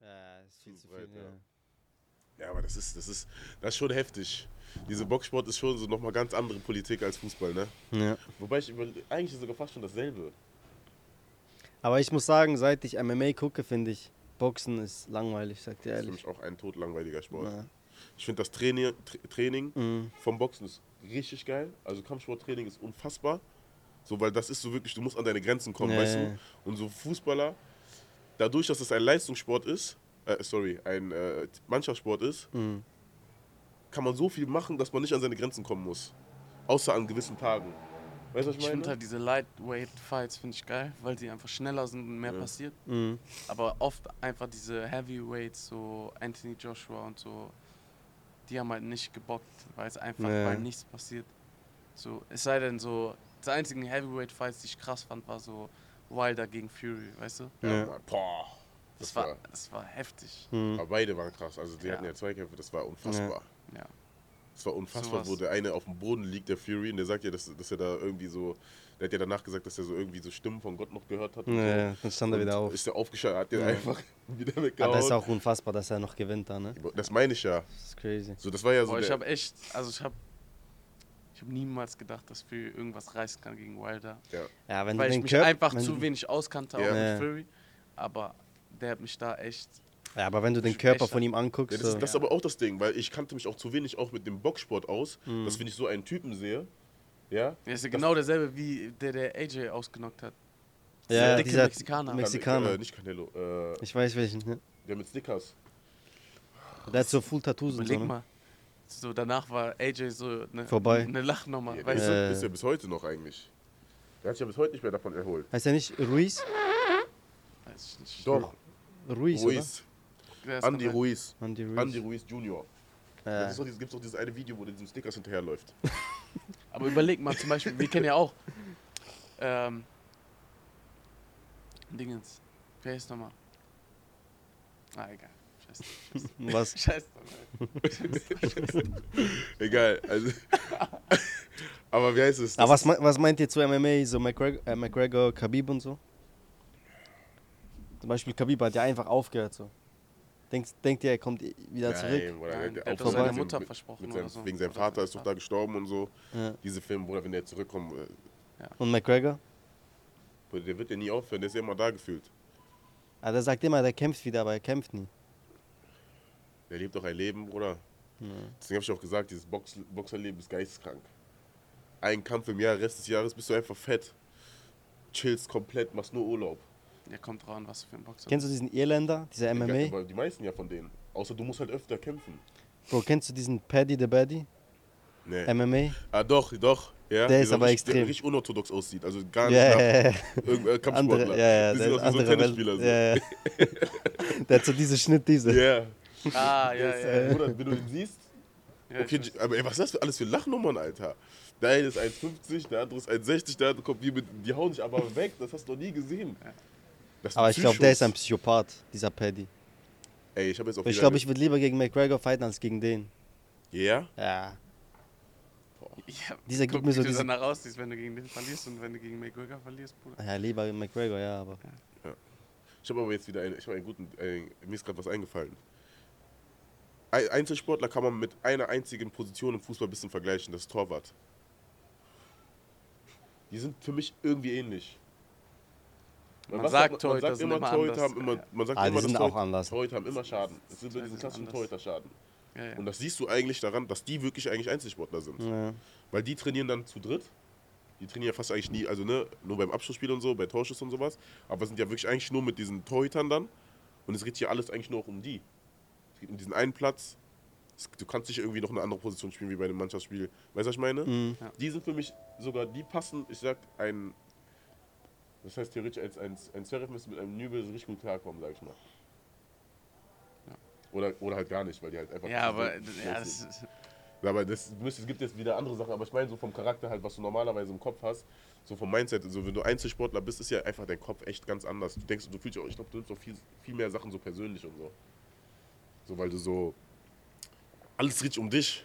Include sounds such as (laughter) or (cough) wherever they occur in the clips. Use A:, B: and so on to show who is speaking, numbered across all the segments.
A: Äh,
B: ist viel zu, viel. Ja.
C: Ja, aber das ist, das ist, das ist schon heftig. Diese Boxsport ist schon so nochmal ganz andere Politik als Fußball, ne?
A: Ja.
C: Wobei ich über, eigentlich ist sogar fast schon dasselbe.
A: Aber ich muss sagen, seit ich MMA gucke, finde ich, Boxen ist langweilig, sagt ihr
C: Das ist
A: ehrlich.
C: nämlich auch ein todlangweiliger Sport.
A: Ja.
C: Ich finde das Trainier, Tra Training
A: Mhm.
C: vom Boxen ist richtig geil. Also Kampfsporttraining ist unfassbar. So, weil das ist so wirklich, du musst an deine Grenzen kommen,
A: Ja,
C: weißt
A: ja,
C: du?
A: ja.
C: Und so Fußballer, dadurch, dass das ein Leistungssport ist, äh, sorry, ein äh, Mannschaftssport ist,
A: Mhm.
C: kann man so viel machen, dass man nicht an seine Grenzen kommen muss. Außer an gewissen Tagen. Weißt du, was ich
D: Ich
C: meine?
D: finde halt diese Lightweight-Fights finde ich geil, weil die einfach schneller sind und mehr
C: Ja.
D: passiert.
A: Mhm.
D: Aber oft einfach diese Heavyweights, so Anthony Joshua und so, die haben halt nicht gebockt, weil es einfach,
A: Ja.
D: weil nichts passiert. So, es sei denn so, die einzigen Heavyweight-Fights, die ich krass fand, war so Wilder gegen Fury, weißt du?
C: ja,
A: Ja.
C: Mann, boah.
D: Das,
C: Das
D: war,
C: war-
D: das war heftig.
A: Mhm.
C: Aber beide waren krass. Also die
D: Ja.
C: hatten ja Zweikämpfe, das war unfassbar.
D: Ja.
C: Das war unfassbar,
D: Sowas.
C: wo der eine auf dem Boden liegt, der Fury, und der sagt ja, dass, dass er da irgendwie so, der hat ja danach gesagt, dass er so irgendwie so Stimmen von Gott noch gehört hat. und
A: Ja,
C: so.
A: ja, dann stand er wieder
C: Und
A: auf.
C: Ist der aufgeschaltet, hat den
A: Ja.
C: einfach (laughs) wieder
A: Aber
C: weggehauen.
A: das ist auch unfassbar, dass er noch gewinnt da, ne?
C: das meine ich ja.
A: Das ist crazy.
C: So, das war ja so
D: Boah, ich
C: der-
D: habe echt, also ich habe ich hab niemals gedacht, dass Fury irgendwas reißen kann gegen Wilder.
A: Ja, wenn
D: weil
A: du
D: ich
A: den
D: mich
A: Körper-
D: einfach
A: wenn,
D: zu wenig auskannte,
C: Ja.
D: auch
A: Ja.
D: mit Fury. Aber der hat mich da echt.
A: Ja, aber wenn du den
D: Ich-
A: Körper
D: echt-
A: von ihm
C: Ja,
A: anguckst,
C: das,
A: so,
C: ist, das ist
D: Ja.
C: aber auch das Ding, weil ich kannte mich auch zu wenig auch mit dem Boxsport aus,
A: Mhm.
C: dass wenn ich so einen Typen sehe, ja,
D: Der ist ja genau derselbe wie der, der AJ ausgenockt hat.
A: ja,
D: der dicke
A: dieser
D: Mexikaner.
A: Mexikaner.
C: Äh, nicht Canelo, äh,
A: ich weiß welchen. Ne?
C: der mit Snickers.
A: Der hat so full Tattoos und so.
D: Überleg
A: Ne?
D: mal. So, danach war AJ so ne- eine,
A: Vorbei.
D: eine Lachnummer.
C: Ja,
D: weißt
C: ist,
D: du?
C: er,
A: Äh.
C: ist er bis heute noch eigentlich. Der hat sich ja bis heute nicht mehr davon erholt.
A: Heißt er nicht Ruiz?
D: Weiß ich nicht.
C: Doch,
A: Ruiz,
C: Ruiz.
D: Der ist
C: Andy
D: dabei.
C: Ruiz.
A: oder? Andy Ruiz.
C: Andy Ruiz Jr.
A: Ja.
C: Das ist doch dieses, gibt's doch dieses eine Video, wo der diesem Snickers hinterherläuft.
D: Aber überleg mal zum Beispiel, wir kennen ja auch. Ähm, Dingens. Wer ist nochmal? Ah, egal. Scheiße.
A: Was?
D: Scheiße.
C: Egal, also. aber wie heißt es?
A: Aber was, mei- was meint ihr zu MMA, so McGregor, äh, McGregor, Khabib und so? Zum Beispiel Khabib hat ja einfach aufgehört so. Denkt, denkt ihr, er kommt i- wieder zurück?
C: Nein, oder
D: Nein,
C: der
D: der
C: Auftritt
D: hat
A: doch seiner
C: mit-
D: Mutter
C: mit-
D: versprochen
C: Mit seinem,
D: oder so.
C: Wegen seinem
D: Oder
C: Vater
D: seinem
C: ist doch
D: Vater.
C: da gestorben und so.
A: Ja.
C: Diese Filme, Bruder, wenn der zurückkommt, äh,
A: Und McGregor?
C: Bruder, der wird ja nie aufhören, der ist ja immer da gefühlt.
A: Ah, der sagt immer, der kämpft wieder, aber er kämpft nie.
C: Der lebt doch ein Leben, Bruder. Deswegen habe ich auch gesagt, dieses Box Boxerleben ist geisteskrank. Ein Kampf im Jahr, Rest des Jahres bist du einfach fett. Chillst komplett, machst nur Urlaub.
D: Der kommt drauf an, was du für ein Boxer
A: Kennst du diesen Irländer, dieser MMA?
C: Aber Die meisten ja von denen. Außer du musst halt öfter kämpfen.
A: Bro, kennst du diesen Paddy the Baddy?
C: Nee.
A: MMA?
C: Ah, doch, doch. Ja,
A: Der ist
C: dieser
A: aber
C: richtig,
A: extrem.
C: Der richtig unorthodox aussieht. Also gar nicht
A: Ja,
C: nach
A: ja, ja.
C: irgendeinem Kampfsportler.
A: Andere, ja, ja,
C: Die
A: der
C: sieht
A: ist
C: aus wie so ein
A: andere
C: Tennisspieler. So.
A: Ja, ja.
C: (laughs)
A: Der hat so diese Schnitt, diese.
C: Ja.
D: ist. Ah, ja, ja. ja.
C: Bruder, wenn du ihn siehst.
D: ja ich
C: Okay,
D: weiß.
C: aber ey, was ist das für alles für Lachnummern, Alter? Der eine ist 1,50, der andere ist 1,60, der andere kommt wie mit. Die hauen dich aber weg, das hast du noch nie gesehen. Das sind
A: Aber ich glaube, der
C: Psychos.
A: ist ein Psychopath, dieser Paddy.
C: Ey, ich habe jetzt auf
A: Ich glaube, ich würde lieber gegen McGregor fighten als gegen den.
C: Ja?
A: Ja.
D: Ja,
A: Dieser
D: guck,
A: gibt mir so
D: wie du
A: diese-
D: danach aussiehst, wenn du gegen den verlierst und wenn du gegen McGregor verlierst, Bruder.
A: Ja, lieber McGregor, ja, aber.
C: Ich habe aber jetzt wieder einen, ich hab einen guten. Äh, mir ist gerade was eingefallen. Ein Einzelsportler kann man mit einer einzigen Position im Fußball ein bisschen vergleichen, das ist Torwart. Die sind für mich irgendwie ähnlich.
D: Man,
C: Was
D: sagt
C: man
D: Torhüter
C: sagt
D: sind
C: immer,
D: immer
C: Torhüter
D: anders.
C: haben immer, man sagt
A: Ah, die
C: immer, dass
A: sind auch
C: Torhüter-
A: anders.
C: Torhüter haben immer Schaden. Es sind so diesen
D: sind
C: klassischen
D: anders.
C: Torhüterschaden.
D: Ja, ja. Mhm.
C: Und das siehst du eigentlich daran, dass die wirklich eigentlich Einzelsportler sind.
A: Ja.
C: Weil die trainieren dann zu dritt. Die trainieren ja fast eigentlich nie, also ne, nur beim Abschlussspiel und so, bei Torschuss und sowas. Aber sind ja wirklich eigentlich nur mit diesen Torhütern dann. Und es geht hier alles eigentlich nur auch um die. Es geht um diesen einen Platz. Es, du kannst nicht irgendwie noch eine andere Position spielen wie bei einem Mannschaftsspiel. Weißt du, was ich meine?
A: Mhm.
D: Ja.
C: Die sind für mich sogar, die passen, ich sag, ein. Das heißt theoretisch, als ein, ein Serif müsste mit einem Nübel richtig gut klarkommen, sag ich mal.
D: Ja.
C: Oder, oder halt gar nicht, weil die halt einfach.
D: ja, aber
C: so-
D: ja, das ist,
C: ja, aber das müsste, es gibt jetzt wieder andere Sachen, aber ich meine so vom Charakter halt, was du normalerweise im Kopf hast, so vom Mindset, so wenn du Einzelsportler bist, ist ja einfach dein Kopf echt ganz anders. Du denkst, du fühlst dich auch, ich glaube, du nimmst auch viel, viel mehr Sachen so persönlich und so. So, weil du so, alles dreht sich um dich.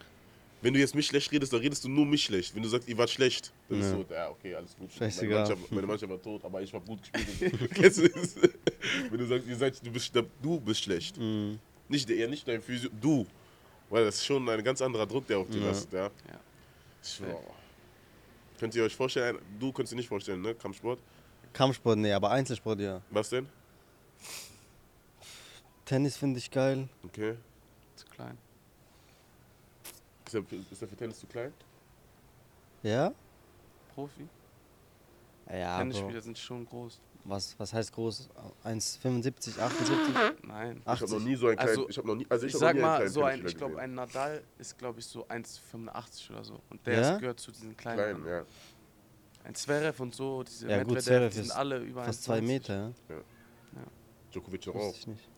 C: Wenn du jetzt mich schlecht redest, dann redest du nur mich schlecht. Wenn du sagst, ihr wart schlecht, dann
A: Ja.
C: ist so, ja, okay, alles gut. Meine
A: Scheißegal.
C: Mannschaft, meine Mannschaft war tot, aber ich war gut (laughs) gespielt. Kennst du das? Wenn du sagst, ihr seid, du bist, du bist schlecht.
A: Mhm.
C: Nicht der, er, nicht dein Physio, du. Weil das ist schon ein ganz anderer Druck, der auf dir
A: Ja.
C: lastet, ja. Ich, boah. Könnt ihr euch vorstellen, du könntest dir nicht vorstellen, ne? Kampfsport.
A: Kampfsport, nee, aber Einzelsport, ja.
C: Was denn?
A: Tennis finde ich geil.
C: Okay.
D: Zu klein.
C: Ist er, ist er für Tennis zu klein?
A: Ja?
D: Profi.
A: Ja, Bro.
D: Tennisspieler sind schon groß.
A: Was, was heißt groß? 1,75, 78,
D: Nein.
C: Ich habe noch
A: 80?
C: nie so einen kleinen.
D: Also,
C: ich habe noch nie. Also
D: Ich,
C: ich, hab noch
D: sag
C: nie einen
D: mal,
C: kleinen
D: so ein,
C: Tennisspieler
D: ich glaube,
C: gesehen.
D: ein Nadal ist, glaube ich, so 1,85 oder so. Und der
A: Ja?
D: ist, gehört zu diesen kleinen.
C: klein,
D: Mann.
C: ja.
D: Ein Zverev und so, diese
A: Ja, gut,
D: Medvedev,
A: Zverev
D: die sind
A: ist
D: alle über
A: fast zwei
D: 1,20.
A: Meter,
C: Djokovic doch
A: ja?
C: auch.
A: Wusste ich nicht.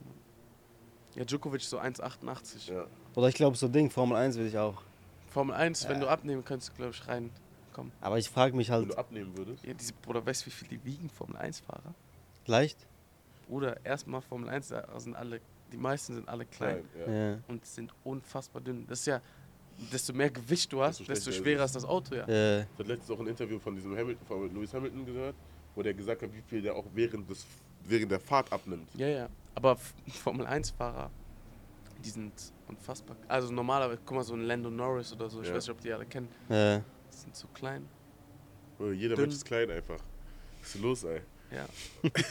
D: Ja, Djokovic so 1,88.
C: Ja.
A: Oder ich glaube, so Ding, Formel 1 will ich auch.
D: Formel 1, wenn
A: Ja.
D: du abnehmen könntest, glaube ich, rein. Komm.
A: Aber ich frage mich
C: Wenn
A: halt,
C: du abnehmen würdest.
D: Ja, diese Bruder, weißt du, wie viel die wiegen, Formel 1-Fahrer?
A: leicht?
D: Bruder, erstmal Formel 1, da sind alle, die meisten sind alle klein
C: Klein, ja.
A: Ja.
D: und sind unfassbar dünn. Das ist ja, desto mehr Gewicht du hast,
C: Desto
D: desto
C: schlechter
D: schwerer
C: ist
D: ist das Auto, ja.
A: Äh,
C: Ich habe letztens auch ein Interview von diesem Hamilton, von Lewis Hamilton gehört, wo der gesagt hat, wie viel der auch während, des, während der Fahrt abnimmt.
D: Ja, ja. Aber F- Formel 1-Fahrer, die sind unfassbar. Also normalerweise, guck mal, so ein Lando Norris oder so, ich
C: Ja.
D: weiß nicht, ob die alle kennen,
A: äh,
D: die sind so klein.
C: Äh, Jeder
D: Dünn.
C: Mensch ist klein einfach. Was ist los, ey? (laughs)
D: Ja.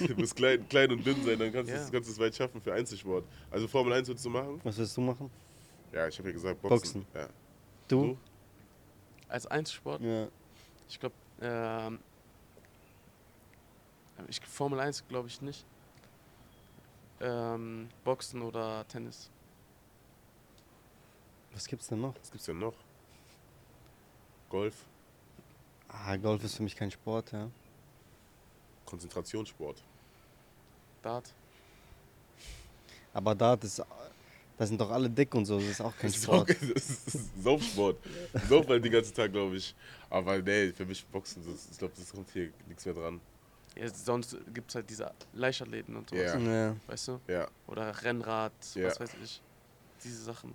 C: Du musst klein, klein und dünn sein, dann kannst du
D: Ja.
C: es kannst du es weit schaffen für Einzelsport. Also Formel 1 würdest du machen?
A: (laughs) was willst du machen?
C: Ja, ich habe ja gesagt, Boxen.
A: Boxen.
C: Ja.
A: Du?
D: Als Einzelsport,
A: Ja.
D: ich glaube, ähm, äh, ich, Formel 1 glaube ich nicht. Ähm, Boxen oder Tennis.
A: Was gibt's denn noch?
C: Was gibt's denn noch? Golf,
A: Ah, Golf ist für mich kein Sport, ja.
C: Konzentrationssport.
D: Dart.
A: Aber Dart ist, da sind doch alle dick und so, das ist auch kein
C: Das ist auch- (laughs)
A: Sport.
C: das
A: (laughs)
C: ist Saufsport. Sauf halt den ganzen Tag, glaube ich. Aber nee, für mich Boxen, das, ich glaube, das kommt hier nichts mehr dran.
D: Ja, sonst gibt es halt diese Leichtathleten und sowas.
C: Ja.
A: Ja.
D: Weißt du?
C: Ja.
D: Oder Rennrad,
C: Ja.
D: was weiß ich. Diese Sachen.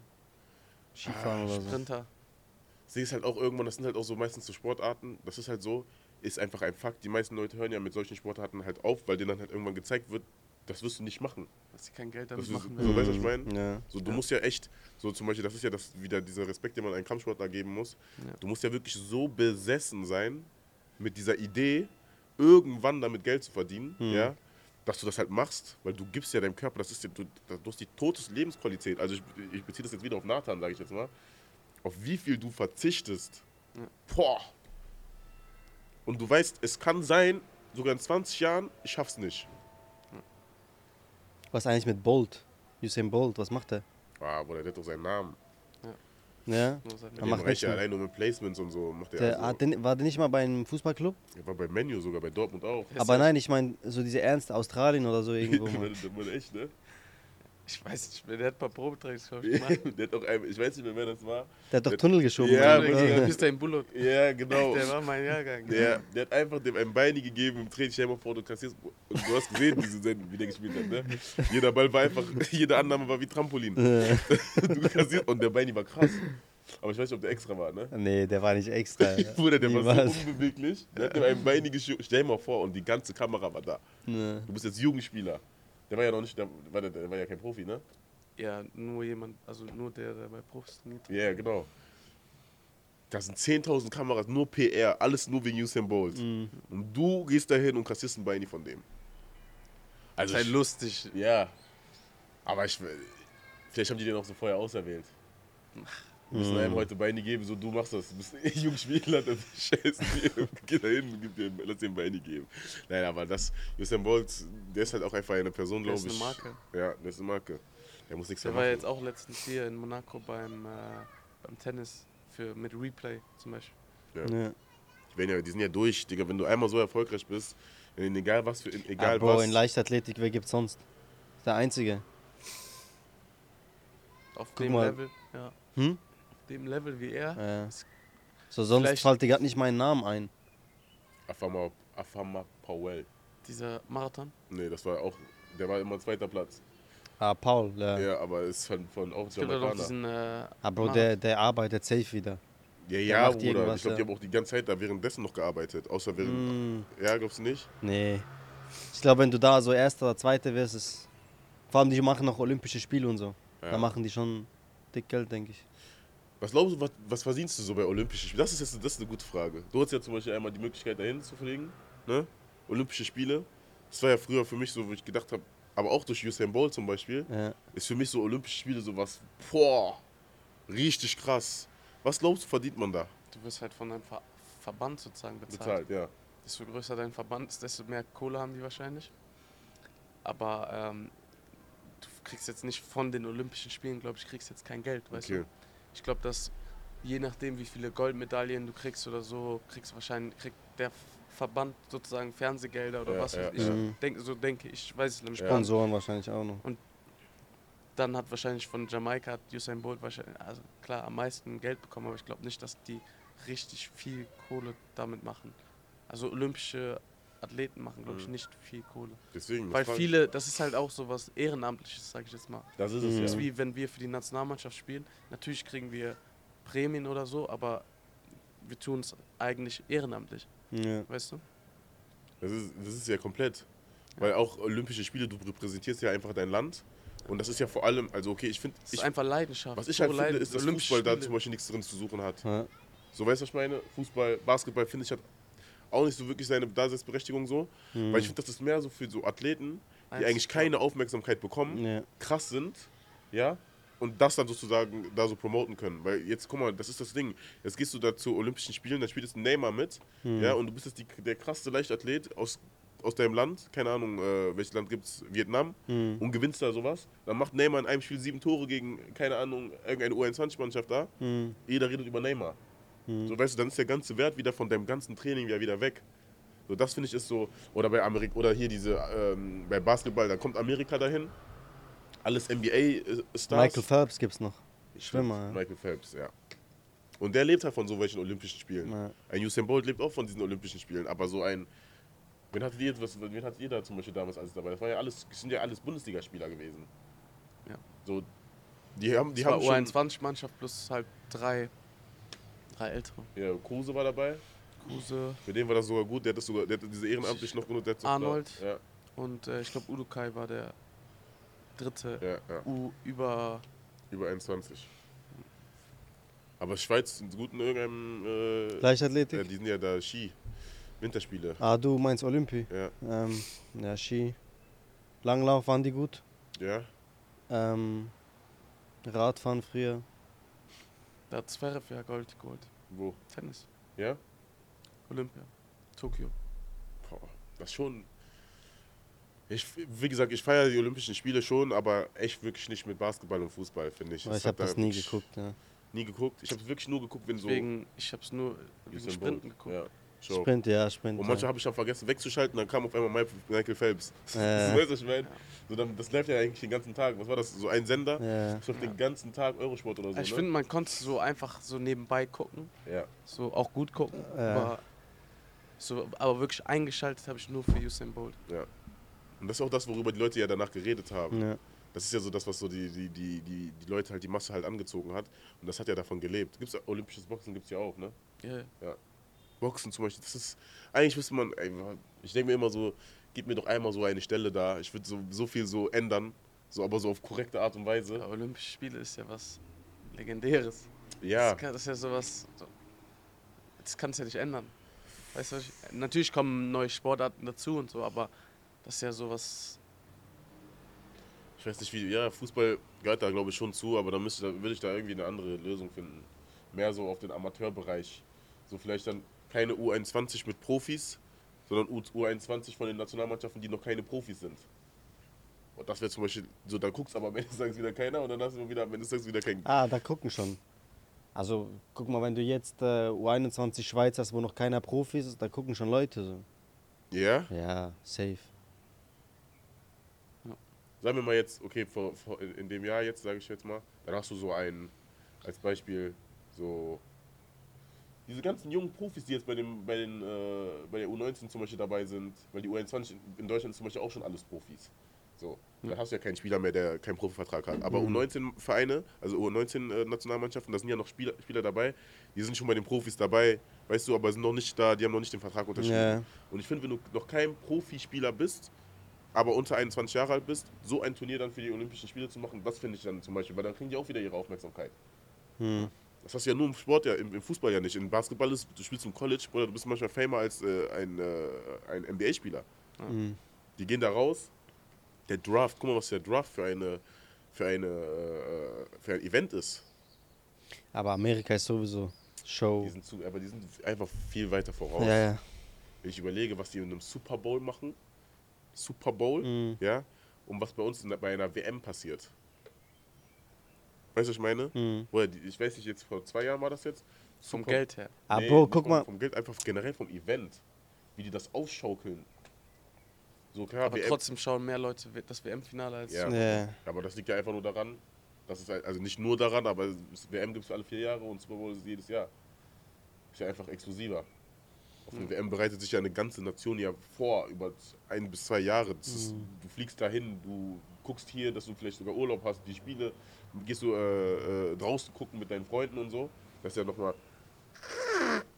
A: Skifahren
C: Ah,
A: oder so.
D: Sprinter.
C: Das Ding ist halt auch irgendwann, das sind halt auch so meistens so Sportarten, das ist halt so, ist einfach ein Fakt. Die meisten Leute hören ja mit solchen Sportarten halt auf, weil denen dann halt irgendwann gezeigt wird, das wirst du nicht machen.
D: Dass sie kein Geld
C: Das
D: damit
C: ist,
D: machen
C: so
D: werden.
C: weißt du, was ich meine?
A: Mhm. Ja.
C: So, du
D: Ja.
C: musst ja echt, so zum Beispiel, das ist ja das, wieder dieser Respekt, den man einem Kampfsportler geben muss.
D: Ja.
C: Du musst ja wirklich so besessen sein mit dieser Idee, irgendwann damit Geld zu verdienen,
A: Mhm.
C: ja, dass du das halt machst, weil du gibst ja deinem Körper, das ist ja, du, das- du hast die totes Lebensqualität. Also ich, ich beziehe das jetzt wieder auf Nathan, sage ich jetzt mal. Auf wie viel du verzichtest. Boah. Und du weißt, es kann sein, sogar in 20 Jahren, ich schaff's nicht.
A: Was eigentlich mit Bolt? Usain Bolt, was macht er?
C: Ah, aber der hat doch seinen Namen.
A: Ja.
D: Nur sein-
A: Er
C: Der
A: macht
C: macht
A: nichts
C: ja
A: mehr.
C: allein nur mit Placements und so. Macht der
A: Der,
C: also,
A: hat den, war der nicht mal bei einem Fußballclub?
C: der war bei Menu sogar, bei Dortmund auch. (laughs)
D: Ist
A: Aber
D: er-
A: nein, ich meine, so diese ernste Australien oder so irgendwo. mal.
C: Mann, Mann, echt, ne?
D: Ich weiß nicht, mehr, der hat ein paar Probetrainings, glaub ich, gemacht.
C: der hat auch einmal, ich weiß nicht mehr, wer das war.
A: Der hat doch Tunnel geschoben.
C: (laughs) Ja,
A: oder?
C: aber
D: Digga,
C: ja.
D: bis dahin Bullock.
C: Ja, genau.
D: Der war mein Jahrgang.
C: Der, der hat einfach dem ein Beini gegeben im Training. Stell dir mal vor, du kassierst. Und du hast gesehen, diese Sendung, wie der gespielt hat, ne? Jeder Ball war einfach, (laughs) jede Annahme war wie Trampolin.
A: Äh,
C: (laughs) Du kassierst und der Beini war krass. Aber ich weiß nicht, ob der extra war, ne?
A: (laughs) nee, der war nicht extra.
C: (laughs) Bruder, der war
A: Niemals.
C: so unbeweglich. Der hat dem ein Beini geschoben. Stell dir mal vor, und die ganze Kamera war da.
A: Nee.
C: Du bist jetzt Jugendspieler. Der war ja noch nicht, der war, der, der war ja kein Profi, ne?
D: Ja, nur jemand, also nur der, der bei Profis trainiert.
C: Ja, genau. Da sind 10.000 Kameras, nur PR, alles nur wegen Usain Bolt.
D: Mhm.
C: Und du gehst dahin und kassierst ein Beini von dem. Also,
D: Sei
C: ich,
D: halt lustig.
C: ja. Aber ich, vielleicht haben die den auch so vorher auserwählt. Wir
D: Mhm.
C: müssen einem heute Beine geben, so du machst das. Du bist ein (laughs) Jungspieler, dann scheiß dir. Geh da hin, gib dir- lass dir ein Beine geben. Nein, aber das, Usain Bolt, der ist halt auch einfach eine Person,
D: Der
C: glaube
D: ist
C: ich.
D: eine Marke.
C: Ja, der ist eine Marke. Der muss nichts
D: Der
C: mehr
D: war
C: machen.
D: jetzt auch letztens hier in Monaco beim, äh, beim Tennis für, mit Replay zum Beispiel.
A: Ja.
C: Die, werden ja, die sind ja durch, Digga. Wenn du einmal so erfolgreich bist, in, egal was für. In, egal
A: Ah, Bro,
C: was.
A: in Leichtathletik, wer gibt's sonst? Ist Der Einzige.
D: Auf
A: Guck
D: dem
A: mal.
D: Level, ja.
A: Hm?
D: Auf dem Level wie er.
A: Äh. So, sonst
D: Vielleicht-
A: fällt dir gerade nicht meinen Namen ein.
C: Afama, Afama Powell.
D: Dieser Marathon.
C: Nee, das war auch. Der war immer zweiter Platz.
A: Ah, Paul, ja.
C: Ja, aber ist von, von auch
D: Es gibt ja doch
C: Jamaikaner.
D: diesen. Äh,
A: Ah, Bro, der, der arbeitet safe wieder.
C: Ja, ja,
A: macht
C: Bruder.
A: irgendwas,
C: Ich glaube, die
A: ja.
C: haben auch die ganze Zeit da währenddessen noch gearbeitet. Außer während.
A: Mm,
C: Ja, glaubst du nicht?
A: nee. Ich glaube, wenn du da so Erster oder Zweiter wirst, ist. Vor allem, die machen noch Olympische Spiele und so. Da
C: Ja.
A: machen die schon dick Geld, denke ich.
C: Was glaubst du, was, was verdienst du so bei Olympischen Spielen? Das ist jetzt das ist eine gute Frage. Du hattest ja zum Beispiel einmal die Möglichkeit, dahin zu fliegen, ne? Olympische Spiele. Das war ja früher für mich so, wo ich gedacht habe, aber auch durch Usain Bolt zum Beispiel,
A: Ja.
C: ist für mich so Olympische Spiele sowas, boah, richtig krass. Was glaubst du, verdient man da?
D: du wirst halt von deinem Ver Verband sozusagen bezahlt.
C: Bezahlt, ja.
D: Desto größer dein Verband ist, desto mehr Kohle haben die wahrscheinlich. Aber ähm, du kriegst jetzt nicht von den Olympischen Spielen, glaube ich, kriegst jetzt kein Geld, weißt
C: Okay.
D: du? Ich glaube, dass je nachdem, wie viele Goldmedaillen du kriegst oder so, kriegst wahrscheinlich kriegt der Verband sozusagen Fernsehgelder oder
C: Ja,
D: was. weiß
C: ja,
D: ich
A: ja.
D: Denk, so denke ich, ich weiß es nämlich
C: Ja.
D: gar nicht. genau.
A: Sponsoren wahrscheinlich auch noch.
D: Dann hat wahrscheinlich von Jamaika hat Usain Bolt wahrscheinlich, also klar, am meisten Geld bekommen, aber ich glaube nicht, dass die richtig viel Kohle damit machen. Also olympische Athleten machen, glaube ich,
C: Mhm.
D: nicht viel Kohle.
C: Deswegen. das
D: Weil
C: frage-
D: viele, das ist halt auch so was Ehrenamtliches, sage ich jetzt mal.
C: Das ist
A: Mhm.
D: Das
C: es
D: ist
C: ja.
D: wie wenn wir für die Nationalmannschaft spielen. Natürlich kriegen wir Prämien oder so, aber wir tun es eigentlich ehrenamtlich,
A: Ja.
D: weißt du?
C: Das ist, das ist ja komplett. Weil auch Olympische Spiele, du repräsentierst ja einfach dein Land. Und das ist ja vor allem, also okay, ich finde,
D: Das ist
C: ich,
D: einfach Leidenschaft.
C: was ich
D: pure
C: halt finde,
D: Leid-
C: ist, dass
D: Olympische
C: Fußball da
D: Spiele.
C: zum Beispiel nichts drin zu suchen hat.
A: Ja.
C: So, weißt du, was ich meine? Fußball, Basketball, finde ich, hat auch nicht so wirklich seine Daseinsberechtigung so. Weil ich finde, das ist mehr so für so Athleten, die
D: Einzel-
C: eigentlich keine Aufmerksamkeit bekommen,
A: Ja.
C: krass sind, ja, und das dann sozusagen da so promoten können. Weil jetzt, guck mal, das ist das Ding. Jetzt gehst du da zu Olympischen Spielen, dann spielst du Neymar mit, ja, und du bist jetzt die, der krasseste Leichtathlet aus, aus deinem Land, keine Ahnung, äh, welches Land gibt's, Vietnam,
A: Mhm.
C: und gewinnst da sowas. Dann macht Neymar in einem Spiel sieben Tore gegen, keine Ahnung, irgendeine U21-Mannschaft da.
A: Mhm.
C: Jeder redet über Neymar.
A: Hm.
C: So, weißt du, dann ist der ganze Wert wieder von deinem ganzen Training ja wieder weg. So, das finde ich ist so, oder bei Amerik oder hier diese, ähm, bei Basketball, da kommt Amerika dahin, alles NBA-Stars.
A: Michael Phelps gibt's noch. Schwimmer, ja.
C: äh, Michael Phelps, ja. Und der lebt halt von so welchen Olympischen Spielen.
A: Ja.
C: Ein Usain Bolt lebt auch von diesen Olympischen Spielen, aber so ein, wen hattet ihr, jetzt- was, wen hattet ihr da zum Beispiel damals alles dabei? Das, war ja alles, das sind ja alles Bundesligaspieler gewesen.
D: Ja.
C: So, die haben, die
D: Das war
C: haben schon,
D: U21-Mannschaft plus halt drei, drei ältere.
C: ja, Kruse war dabei.
D: Kruse
C: Für den war das sogar gut, der hat, das sogar, der hat diese ehrenamtlich noch genutzt. Der hat sogar-
D: Arnold.
C: Ja,
D: und äh, ich glaube Udukai war der dritte
C: ja, ja.
D: U über
C: Über 21. Aber Schweiz sind gut in irgendeinem. Äh,
A: Leichtathletik?
C: ja, die sind ja da Ski. Winterspiele.
A: Ah, du meinst Olympi?
C: Ja,
A: Ähm, ja, Ski. Langlauf waren die gut.
C: ja.
A: Ähm, Radfahren früher.
D: der hat Zverev ja Gold geholt.
C: Wo?
D: Tennis,
C: Ja?
D: Olympia, Tokio.
C: Boah, das ist schon. Ich, wie gesagt, ich feiere die Olympischen Spiele schon, aber echt wirklich nicht mit Basketball und Fußball, finde ich.
A: Aber ich
C: hat
A: habe das
C: da
A: nie
C: wirklich
A: geguckt. Ja.
C: Nie geguckt. Ich habe wirklich nur geguckt, wenn so.
D: Wegen, ich habe es nur wegen
C: Usain Bolt-
D: Sprinten geguckt.
C: Ja. So.
A: Sprint, ja, Sprint.
C: Und manchmal
A: ja.
C: habe ich dann vergessen wegzuschalten, dann kam auf einmal Michael- Michael Phelps. (laughs)
A: Äh.
C: weißt du, was ich meine?
D: Ja.
C: So, dann, das läuft ja eigentlich den ganzen Tag. Was war das? So ein Sender?
A: Ja.
C: Das läuft den ganzen Tag Eurosport oder so.
D: ich
C: ne?
D: finde, man konnte so einfach so nebenbei gucken,
C: ja.
D: so auch gut gucken,
A: Ja.
D: aber, so, aber wirklich eingeschaltet habe ich nur für Usain Bolt.
C: Und das ist auch das, worüber die Leute ja danach geredet haben.
A: Ja.
C: Das ist ja so das, was so die, die, die, die, die Leute halt, die Masse halt angezogen hat. Und das hat ja davon gelebt. Gibt's, Olympisches Boxen gibt es ja auch, ne?
D: Ja, ja.
C: Boxen zum Beispiel, das ist, eigentlich müsste man, ey, ich denke mir immer so, gib mir doch einmal so eine Stelle da. Ich würde so, so viel so ändern, so aber so auf korrekte Art und Weise.
D: Aber Olympische Spiele ist ja was Legendäres.
C: Ja,
D: Das, kann, das ist ja sowas. So, das kannst du ja nicht ändern. Weißt du, was ich, natürlich kommen neue Sportarten dazu und so, aber das ist ja sowas.
C: Ich weiß nicht, wie. Ja, Fußball gehört da, glaube ich, schon zu, aber da müsste, da würde ich da irgendwie eine andere Lösung finden. Mehr so auf den Amateurbereich. So vielleicht dann keine U21 mit Profis, sondern U- U21 von den Nationalmannschaften, die noch keine Profis sind. Und das wäre zum Beispiel, so da guckst aber am Ende des Tages wieder keiner und dann hast du wieder am Ende des Tages wieder keinen.
A: Ah, da gucken schon. Also, guck mal, wenn du jetzt äh, U21 Schweiz hast, wo noch keiner Profi ist, da gucken schon Leute so.
C: Ja?
A: Ja, safe.
C: Sagen wir mal jetzt, okay, vor, vor, in in dem Jahr jetzt, sage ich jetzt mal, dann hast du so einen, als Beispiel, so. Diese ganzen jungen Profis, die jetzt bei, dem, bei, den, äh, bei der U19 zum Beispiel dabei sind, weil die U21 in Deutschland ist zum Beispiel auch schon alles Profis. So. Dann hast du ja keinen Spieler mehr, der keinen Profivertrag hat. Aber U19-Vereine, also U19-Nationalmannschaften, da sind ja noch Spieler, Spieler dabei, die sind schon bei den Profis dabei, weißt du, aber sind noch nicht da, die haben noch nicht den Vertrag unterschrieben.
A: Ja.
C: Und ich finde, wenn du noch kein Profispieler bist, aber unter 21 Jahre alt bist, so ein Turnier dann für die Olympischen Spiele zu machen, das finde ich dann zum Beispiel, weil dann kriegen die auch wieder ihre Aufmerksamkeit.
A: Hm.
C: Das hast du ja nur im Sport, ja, im, im Fußball ja nicht. Im Basketball ist, du spielst im College oder du bist manchmal famer als äh, ein, äh, ein NBA-Spieler.
A: Mhm.
C: Die gehen da raus. Der Draft, guck mal, was der Draft für eine für eine äh, für ein Event ist.
A: Aber Amerika ist sowieso Show.
C: Die sind zu, aber die sind einfach viel weiter voraus.
A: Oh. Ja, ja.
C: Wenn ich überlege, was die in einem Super Bowl machen, Super Bowl,
A: Mhm.
C: ja, und was bei uns in, bei einer WM passiert. Weißt du, was ich meine?
A: Mhm.
C: Oder die, ich weiß nicht, jetzt vor zwei Jahren war das jetzt.
D: Vom
C: Super-
D: Geld her.
A: Aber
C: Nee,
A: Ah, Bro,
C: nicht
A: guck
C: vom,
A: mal.
C: Vom Geld einfach generell vom Event. Wie die das aufschaukeln. So klar,
D: Aber
C: WM
D: trotzdem schauen mehr Leute das WM-Finale als. (laughs)
C: Ja.
A: Ja.
C: aber das liegt ja einfach nur daran, dass es halt- also nicht nur daran, aber es- WM gibt es alle vier Jahre und Super Bowl ist jedes Jahr. Ist ja einfach exklusiver. Auf eine WM bereitet sich ja eine ganze Nation ja vor, über z- ein bis zwei Jahre. Das ist, Du fliegst dahin, du guckst hier, dass du vielleicht sogar Urlaub hast, die Spiele, gehst du äh, äh, draußen gucken mit deinen Freunden und so. Das ist ja nochmal. (laughs)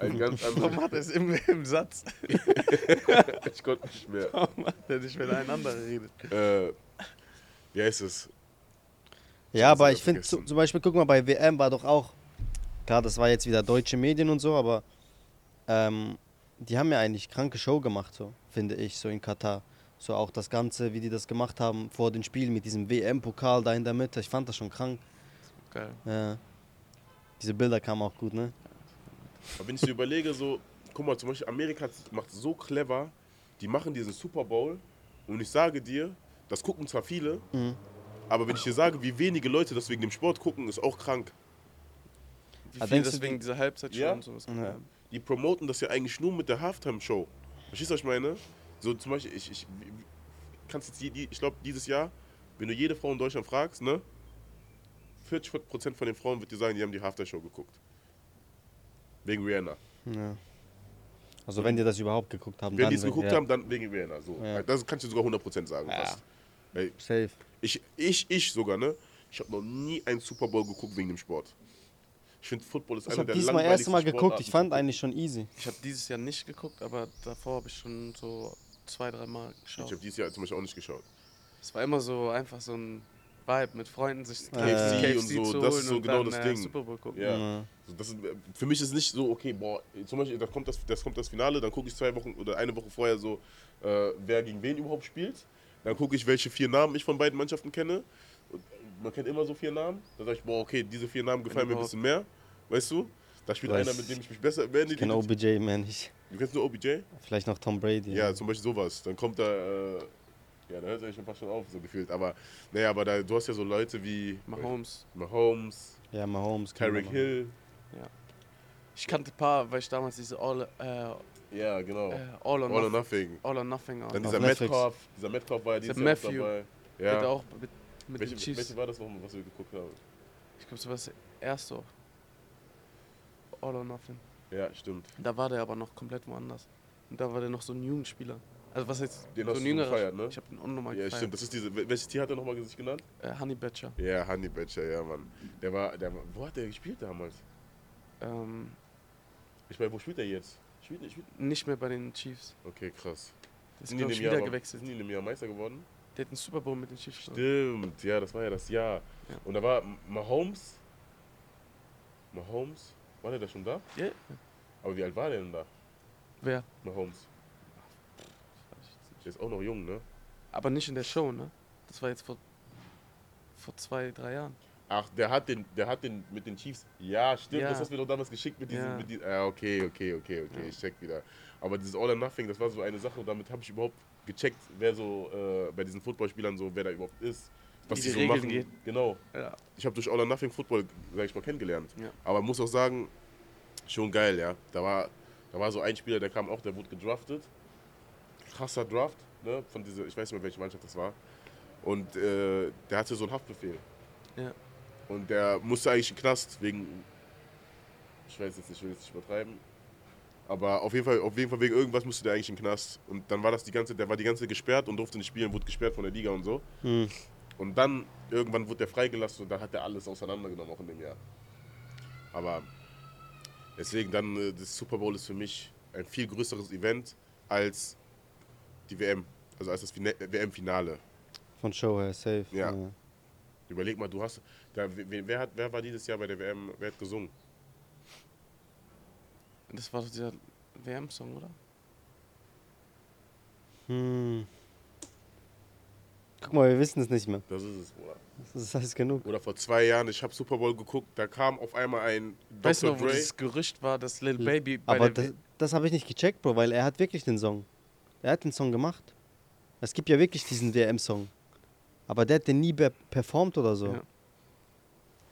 C: Ein ganz
D: Warum (laughs)
C: anderer.
D: hat er es im, im Satz?
C: (laughs)
D: (laughs)
C: Ich konnte nicht mehr.
D: Warum hat er nicht miteinander redet?
C: Äh, wie heißt es?
A: Ja, aber
C: wieder
A: ich finde
C: vergessen.
A: zum Beispiel, guck mal, bei WM war doch auch, klar, das war jetzt wieder deutsche Medien und so, aber ähm, die haben ja eigentlich kranke Show gemacht, so, finde ich, so in Katar. So auch das Ganze, wie die das gemacht haben vor den Spielen mit diesem WM-Pokal da in der Mitte, ich fand das schon krank.
D: Geil.
A: Ja. Diese Bilder kamen auch gut, ne?
C: Aber wenn ich so überlege, so, guck mal, zum Beispiel Amerika macht so clever, die machen diesen Super Bowl und ich sage dir, das gucken zwar viele, aber wenn ich dir sage, wie wenige Leute das wegen dem Sport gucken, ist auch krank.
D: Wie
A: Aber
D: viel
A: denkst du,
D: deswegen
A: die-
D: diese Halbzeit schon
C: Ja?
D: und sowas.
A: Ja.
C: Die promoten das ja eigentlich nur mit der Halftime-Show. Verstehst du, was ich meine? So zum Beispiel, ich, ich wie- wie- kannst jetzt, die, die, ich glaube, dieses Jahr, wenn du jede Frau in Deutschland fragst, ne, 40% von den Frauen wird dir sagen, die haben die Halftime-Show geguckt. Wegen Rihanna.
A: Ja. Also wenn die das überhaupt geguckt haben,
C: Wenn
A: dann
C: die es
A: sind-
C: geguckt
A: ja.
C: haben, dann wegen Rihanna. So. Also
A: Ja.
C: Das kannst du sogar 100% sagen.
A: Ja.
C: Fast. Ey,
A: Safe.
C: Ich, ich, ich sogar, ne? Ich habe noch nie einen Super Bowl geguckt wegen dem Sport. Ich finde, Football ist
A: Ich
C: einer
A: habe
C: der
A: diesmal erst
C: langweiligsten
A: mal geguckt, ich
C: Sportarten.
A: fand eigentlich schon easy.
D: Ich habe dieses Jahr nicht geguckt, aber davor habe ich schon so zwei, dreimal
C: Ich
D: geschaut.
C: habe dieses Jahr zum Beispiel auch nicht geschaut.
D: Es war immer so einfach so ein Vibe mit Freunden, sich
C: KFC und so,
D: zu
C: das ist
D: holen
C: so
D: und
C: genau
D: dann,
C: das
D: äh,
C: Ding.
D: Super Bowl gucken.
C: Ja.
A: Ja.
C: So, Das, ist- äh, für mich ist nicht so, okay, boah, zum Beispiel, da kommt das, das, kommt das Finale, dann gucke ich zwei Wochen oder eine Woche vorher so, äh, wer gegen wen überhaupt spielt. Dann gucke ich, welche vier Namen ich von beiden Mannschaften kenne. Und man kennt immer so vier Namen. Dann sage ich, boah, okay, diese vier Namen gefallen mir ein
D: überhaupt.
C: bisschen mehr. Weißt du? Da spielt
A: Weiß-
C: einer, mit dem ich mich besser. Wenn die-
A: Ich kenne OBJ, man, ich,
C: Du kennst nur OBJ?
A: vielleicht noch Tom Brady. ne?
C: Ja, zum Beispiel sowas. Dann kommt da, äh, ja, da hört er schon fast schon auf, so gefühlt. Aber, naja, aber da, du hast ja so Leute wie
D: Mahomes.
C: Mahomes,
A: ja Mahomes. ne? kann
C: Tyreek
A: man-
C: Hill.
D: Ich kannte ein paar, weil ich damals diese All, äh,
C: Ja, genau.
D: äh,
C: All
D: All, or,
C: or
D: nothing,
C: Nothing.
D: All or Nothing auch.
C: Dann
A: Auf
C: dieser
A: Netflix.
C: Metcalf. Dieser Metcalf war ja dieses
D: Der
C: Jahr noch
D: Matthew.
C: dabei.
D: Der hat
C: Ja.
D: auch mit, mit den
C: Welche,
D: Chiefs.
C: welche war das nochmal, was wir geguckt haben?
D: Ich glaube, das war das erste. auch. All or Nothing.
C: Ja, stimmt.
D: Da war der aber noch komplett woanders. Und da war der noch so ein Jugendspieler. Also was jetzt
C: Den
D: so
C: hast
D: ein
C: du
D: jüngerer.
C: gefeiert, ne?
D: Ich habe den unnormal
C: Ja, stimmt.
D: gefeiert.
C: Das ist diese, wel- welches Tier hat er nochmal sich genannt?
D: Äh, Honey Badger.
C: Ja, Honey Badger, ja, Mann. Der war, der war, wo hat der gespielt damals?
D: Ähm,
C: Ich meine, wo spielt er jetzt? Spielt, spielt,
D: nicht mehr bei den Chiefs.
C: okay, krass.
D: Der
C: Sind
D: ist,
C: die in
D: glaube ich,
C: dem Jahr
D: wieder
C: aber-
D: gewechselt.
C: Sind die in dem Jahr Meister geworden?
D: Der hat einen Super Bowl mit den Chiefs. gewonnen.
C: Stimmt, ja, das war ja das Jahr.
D: Ja.
C: Und da war M- Mahomes. Mahomes, war der da schon da?
D: Ja.
C: Aber wie alt war der denn da?
D: Wer?
C: Mahomes. Der ist auch noch jung, ne?
D: Aber nicht in der Show, ne? Das war jetzt vor, vor zwei, drei Jahren.
C: Ach, der hat den, der hat den mit den Chiefs. Ja, stimmt,
D: Ja.
C: das hast du mir doch damals geschickt mit diesem.
D: Ja.
C: Mit diesem ah, okay, okay, okay, okay,
D: Ja.
C: ich check wieder. Aber dieses All or Nothing, das war so eine Sache, damit habe ich überhaupt gecheckt, wer so äh, bei diesen Footballspielern so, wer da überhaupt ist. Was
D: Wie
C: die,
D: die
C: so
D: Regeln
C: machen.
D: gehen.
C: Genau.
D: Ja.
C: ich habe durch All or Nothing Football, sag ich mal, kennengelernt.
D: Ja.
C: Aber muss auch sagen, schon geil, ja. Da war, da war so ein Spieler, der kam auch, der wurde gedraftet. Krasser Draft, ne? Von dieser, ich weiß nicht mehr, welche Mannschaft das war. Und äh, der hatte so einen Haftbefehl.
D: Ja.
C: Und der musste eigentlich in den Knast wegen, ich weiß jetzt nicht, ich will jetzt nicht übertreiben, Aber auf jeden Fall, auf jeden Fall wegen irgendwas musste der eigentlich in den Knast. Und dann war das die ganze, der war die ganze gesperrt und durfte nicht spielen, wurde gesperrt von der Liga und so.
A: Hm.
C: Und dann irgendwann wurde er freigelassen und dann hat er alles auseinandergenommen, auch in dem Jahr. Aber deswegen dann, äh, das Super Bowl ist für mich ein viel größeres Event als die WM, also als das Fina- WM-Finale.
A: Von Show her, safe. ne?
C: Ja. Überleg mal, du hast, da, wer, wer, hat, wer war dieses Jahr bei der WM, wer hat gesungen?
D: Das war doch dieser WM-Song, oder?
A: Hm. Guck mal, wir wissen es nicht mehr.
C: Das ist es, Bruder.
A: Das ist alles genug.
C: Oder vor zwei Jahren, ich habe Super Bowl geguckt, da kam auf einmal ein Dr.
D: Weißt du noch, wo
C: Dre.
D: dieses Gerücht war, dass Lil Baby bei
A: Aber
D: der
A: das, das habe ich nicht gecheckt, Bro, weil er hat wirklich den Song. Er hat den Song gemacht. Es gibt ja wirklich diesen WM-Song. Aber der hat den nie be- performt oder so.
D: Ja.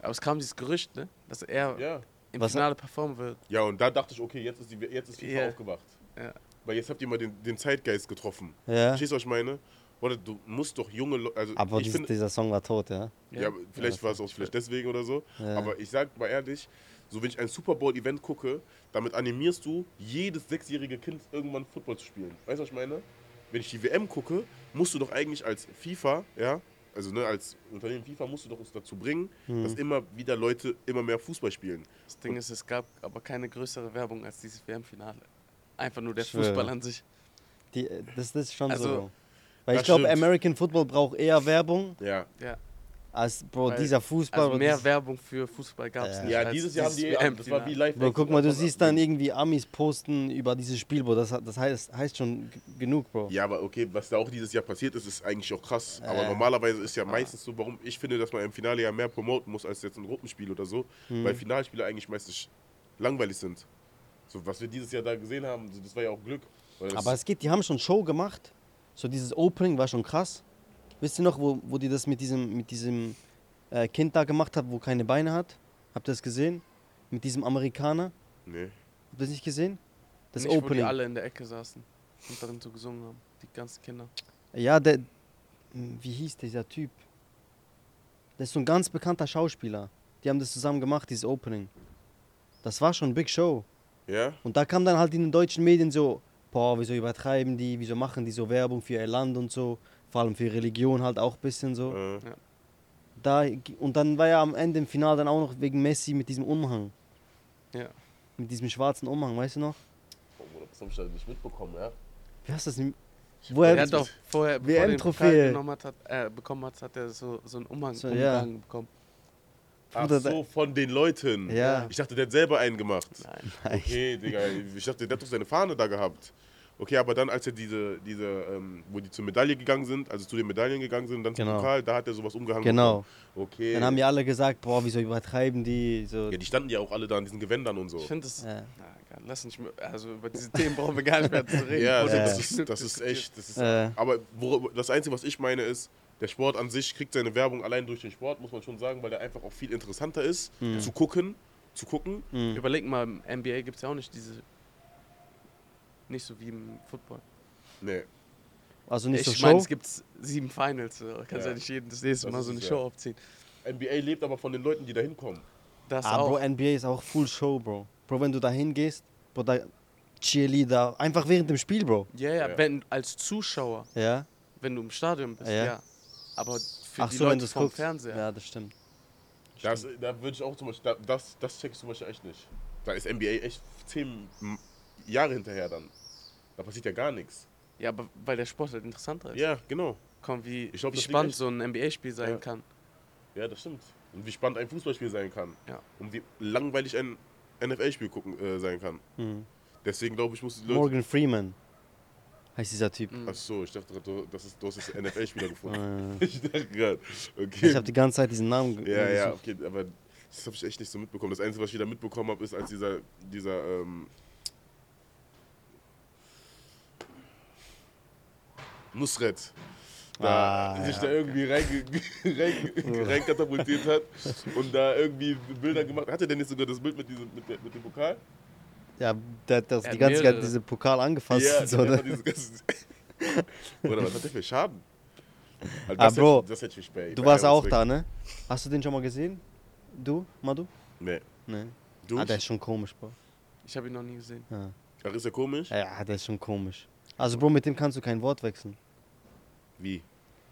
D: Aber es kam dieses Gerücht, ne? Dass er
C: Ja.
D: im
A: Was-
D: Finale performen wird.
C: ja, und da dachte ich, okay, jetzt ist, die, jetzt ist FIFA
D: Ja.
C: aufgewacht.
D: Ja.
C: Weil jetzt habt ihr mal den, den Zeitgeist getroffen.
A: Ja.
C: Verstehst du, was ich meine? Oder du musst doch junge Leute. Also
A: Aber
C: ich
A: dies,
C: finde,
A: dieser Song war tot, ja.
C: ja, aber vielleicht
A: Ja,
C: war es auch vielleicht deswegen oder so.
A: Ja.
C: Aber ich sag mal ehrlich, so wenn ich ein Super Bowl-Event gucke, damit animierst du jedes sechsjährige Kind irgendwann Football zu spielen. Weißt du, was ich meine? Wenn ich die WM gucke, musst du doch eigentlich als FIFA, ja, also ne, als Unternehmen FIFA musst du doch uns dazu bringen,
A: Hm.
C: dass immer wieder Leute immer mehr Fußball spielen.
D: Das Ding ist, es gab aber keine größere Werbung als dieses WM-Finale. Einfach nur der
A: Ich schwöre.
D: Fußball an sich.
A: Die, äh, das, das ist schon
D: Also,
A: so. Bro. Weil
C: das
A: ich glaube,
C: stimmt.
A: American Football braucht eher Werbung
C: Ja.
D: Ja.
A: als, Bro,
D: Weil-
A: dieser Fußball.
D: Also
A: Bro,
D: mehr
A: das-
D: Werbung für Fußball gab es
A: Ja.
D: nicht.
C: Ja,
D: als
C: dieses Jahr haben die eh, das war wie
D: WM-Finale.
C: live.
A: Bro, guck mal, du siehst dann irgendwie Amis posten über dieses Spiel, Bro. Das, hat- das heißt, heißt schon g- genug, Bro.
C: Ja, aber okay, was da auch dieses Jahr passiert ist, ist eigentlich auch krass. Aber
A: Äh.
C: normalerweise ist ja meistens so, warum ich finde, dass man im Finale ja mehr promoten muss als jetzt ein Gruppenspiel oder so,
A: Hm.
C: weil Finalspiele eigentlich meistens langweilig sind. So, was wir dieses Jahr da gesehen haben, so, das war ja auch Glück. Weil das-
A: Aber es geht, die haben schon Show gemacht. So dieses Opening war schon krass. Wisst ihr noch, wo, wo die das mit diesem, mit diesem äh, Kind da gemacht hat, wo keine Beine hat? Habt ihr das gesehen? Mit diesem Amerikaner?
C: nee.
A: Habt ihr das nicht gesehen? Das
D: nicht, Wo die
A: Opening.
D: alle in der Ecke saßen und darin so gesungen haben. Die ganzen Kinder.
A: Ja, der. Hm, Wie hieß dieser Typ? Der ist so ein ganz bekannter Schauspieler. Die haben das zusammen gemacht, dieses Opening. Das war schon Big Show.
C: Ja?
A: Und da kam dann halt in den deutschen Medien so, boah, wieso übertreiben die, wieso machen die so Werbung für ihr Land und so, vor allem für ihre Religion halt auch ein bisschen so.
C: Äh,
A: Da, g- und dann war ja am Ende im Finale dann auch noch wegen Messi mit diesem Umhang,
D: Ja.
A: mit diesem schwarzen Umhang, weißt du noch?
C: Bruder, Oh, das hab ich da nicht mitbekommen, ja?
A: Wie hast du das? denn-
D: Er
A: Woher
D: hat doch vorher, bevor er den
A: WM-Trophäe.
D: Pokal genommen hat, hat, äh, bekommen hat, hat er so, so einen Umhang,
A: So,
D: Umhang
A: ja.
D: bekommen.
C: Ach
A: Bruder,
C: so, von den Leuten.
A: Ja.
C: Ich dachte, der hat selber einen gemacht.
D: Nein.
C: Okay, Digga, ich dachte, der hat doch seine Fahne da gehabt. Okay, aber dann, als er diese, diese ähm, wo die zur Medaille gegangen sind, also zu den Medaillen gegangen sind, dann zum
A: Genau.
C: Pokal, da hat er sowas umgehangen.
A: Genau.
C: Okay.
A: Dann haben ja alle gesagt, boah, wieso übertreiben die so.
C: ja, die standen ja auch alle da an diesen Gewändern und so.
D: Ich finde das.
A: Ja.
D: Na, egal, lass nicht mehr. Also über diese Themen brauchen wir gar nicht
C: (laughs)
D: mehr zu reden.
C: Ja,
D: Wurde
C: also das,
D: genug
C: ist, das ist
D: diskutiert.
C: echt. Das ist,
A: Äh.
C: Aber worüber- das Einzige, was ich meine, ist, der Sport an sich kriegt seine Werbung allein durch den Sport, muss man schon sagen, weil der einfach auch viel interessanter ist,
A: Hm.
C: zu gucken, zu gucken.
D: Überleg mal, im NBA gibt es ja auch nicht diese. Nicht so wie im Football.
C: Nee,
A: Also nicht so
D: ich
A: Show.
D: meine, es gibt sieben Finals. so. Kannst ja.
C: Ja.
D: nicht jeden das nächste
C: Das
D: Mal
C: ist
D: so eine
C: es, ja.
D: Show aufziehen.
C: NBA lebt aber von den Leuten, die da hinkommen.
D: Das
A: ah,
D: auch.
A: Bro, NBA ist auch full Show, Bro. Bro, wenn du da hingehst, Bro, da Cheerleader, einfach während dem Spiel, Bro.
D: ja, ja,
C: Ja.
D: wenn als Zuschauer,
A: Ja.
D: wenn du im Stadion bist,
A: Ja.
D: ja. Aber für
A: Ach
D: die
A: so, wenn
D: Leute
A: du es
D: vom
A: guckst.
D: Fernseher.
A: Ja, das stimmt.
C: Das, da würde ich auch zum Beispiel, da, das, das check ich zum Beispiel echt nicht. Da ist NBA echt zehn M- Jahre hinterher dann. Da passiert ja gar nichts.
D: Ja, aber weil der Sport halt interessanter ist.
C: Ja, genau.
D: Komm, wie,
C: Ich glaub,
D: wie
C: das liegt
D: spannend
C: echt-
D: so ein NBA-Spiel sein
C: Ja.
D: kann.
C: Ja, das stimmt. Und wie spannend ein Fußballspiel sein kann.
D: Ja.
C: Und wie langweilig ein NFL-Spiel gucken äh, sein kann.
A: Mhm.
C: Deswegen glaube ich, muss die Leute.
A: Morgan Freeman heißt dieser Typ.
D: Mhm.
C: Achso, ich dachte, du, das ist, du hast jetzt einen
A: (laughs)
C: NFL-Spieler gefunden.
D: (laughs)
A: Ah.
C: (laughs) ich dachte gerade. Okay.
A: Ich habe die ganze Zeit diesen Namen ge-
C: Ja, ja,
A: gesucht.
C: okay, aber das habe ich echt nicht so mitbekommen. Das Einzige, was ich da mitbekommen habe, ist, als dieser, dieser, ähm, Nusret da
A: Ah,
C: sich
A: ja,
C: da irgendwie reinge- (laughs) rein- reinkatapultiert
A: (laughs)
C: hat und da irgendwie Bilder gemacht hat. Hat er denn nicht sogar das Bild mit, diesem, mit, der, mit dem Pokal?
A: Ja, der hat das
D: Ja,
A: die ganze Zeit
D: mehrere.
A: diese Pokal angefasst.
C: ja,
A: und (laughs) so, ne?
C: dieses ganze...
A: (laughs)
C: Oder was hat der für Schaden? Also
A: Ah,
C: das
A: Bro,
C: hätte, das hätte ich bei,
A: Du
C: bei
A: warst
C: einem
A: auch
C: Respekt-
A: da, ne? Hast du den schon mal gesehen? Du, Madu?
C: Nee.
A: Ne.
C: Du?
A: Ah, der ist schon komisch, Bro.
D: Ich habe ihn noch nie gesehen.
A: Ja.
C: Ach, ist ja komisch.
A: Ja, der ist schon komisch. Also, Bro, mit dem kannst du kein Wort wechseln.
C: Wie?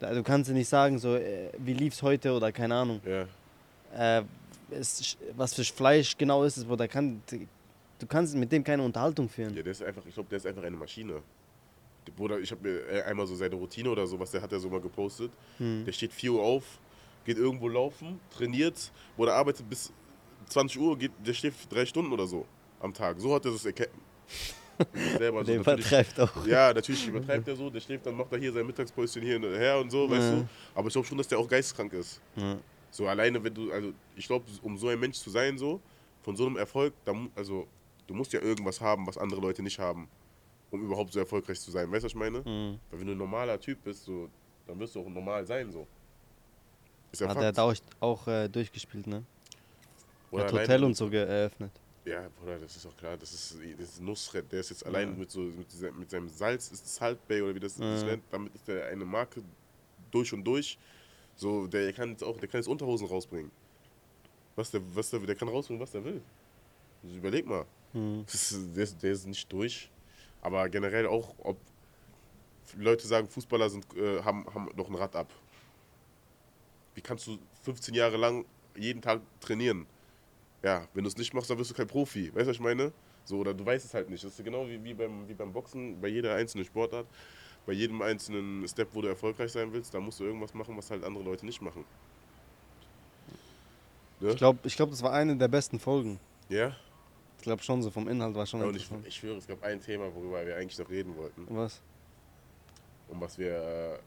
A: Da- Du kannst ihm nicht sagen, so, äh, wie lief's heute oder keine Ahnung.
C: Ja.
A: Äh, es, was für Fleisch genau ist es, Bro, da kann. Du kannst mit dem keine Unterhaltung führen.
C: Ja, der ist einfach, ich glaube, der ist einfach eine Maschine. Der Bruder, ich habe mir äh, einmal so seine Routine oder sowas, der hat er so mal gepostet. Der steht 4 Uhr auf, geht irgendwo laufen, trainiert, Bruder arbeitet bis 20 Uhr, geht, der schläft drei Stunden oder so am Tag. So hat er das erkennen. selber so
A: der
C: also natürlich-
A: übertreibt auch.
C: Ja,
A: (laughs)
C: natürlich übertreibt er so, der schläft, dann macht er hier sein Mittagspäuschen hier und her und so, weißt
A: Ja.
C: du. Aber ich glaube schon, dass der auch geisteskrank ist.
A: Ja.
C: So alleine, wenn du, also ich glaube, um so ein Mensch zu sein, so, von so einem Erfolg, da, mu- also du musst ja irgendwas haben, was andere Leute nicht haben, um überhaupt so erfolgreich zu sein. Weißt du, was ich meine?
A: Mhm.
C: Weil wenn du ein normaler Typ bist, so, dann wirst du auch normal sein, so. Ist ja
A: Hat er
C: Fakt.
A: da auch, auch äh, durchgespielt, ne?
C: Oder
A: Hat
C: alleine-
A: Hotel und so ge- eröffnet.
C: Ja, Bruder, das ist auch klar. Das ist, das ist Nusret. Der ist jetzt allein mit, so, mit, dieser, mit seinem Salz, ist Salt Bay oder wie das sich
A: Ja.
C: nennt. Damit ist der eine Marke durch und durch. So, der kann jetzt auch, der kann jetzt Unterhosen rausbringen. Was der, was der, der kann rausbringen, was der will. Also überleg mal.
A: Mhm.
C: Das ist, der, ist, der ist nicht durch. Aber generell auch, ob Leute sagen, Fußballer sind, äh, haben, haben noch ein Rad ab. Wie kannst du 15 Jahre lang jeden Tag trainieren? Ja, wenn du es nicht machst, dann wirst du kein Profi. Weißt du, was ich meine? So, oder du weißt es halt nicht. Das ist genau wie, wie, beim, wie beim Boxen, bei jeder einzelnen Sportart, bei jedem einzelnen Step, wo du erfolgreich sein willst, da musst du irgendwas machen, was halt andere Leute nicht machen.
A: Ich glaube, ich glaub, das war eine der besten Folgen.
C: Ja?
A: Ich glaube schon, so vom Inhalt war schon
C: Und ich,
A: interessant.
C: ich schwöre, es gab ein Thema, worüber wir eigentlich noch reden wollten.
A: Was?
C: um was wir. Äh,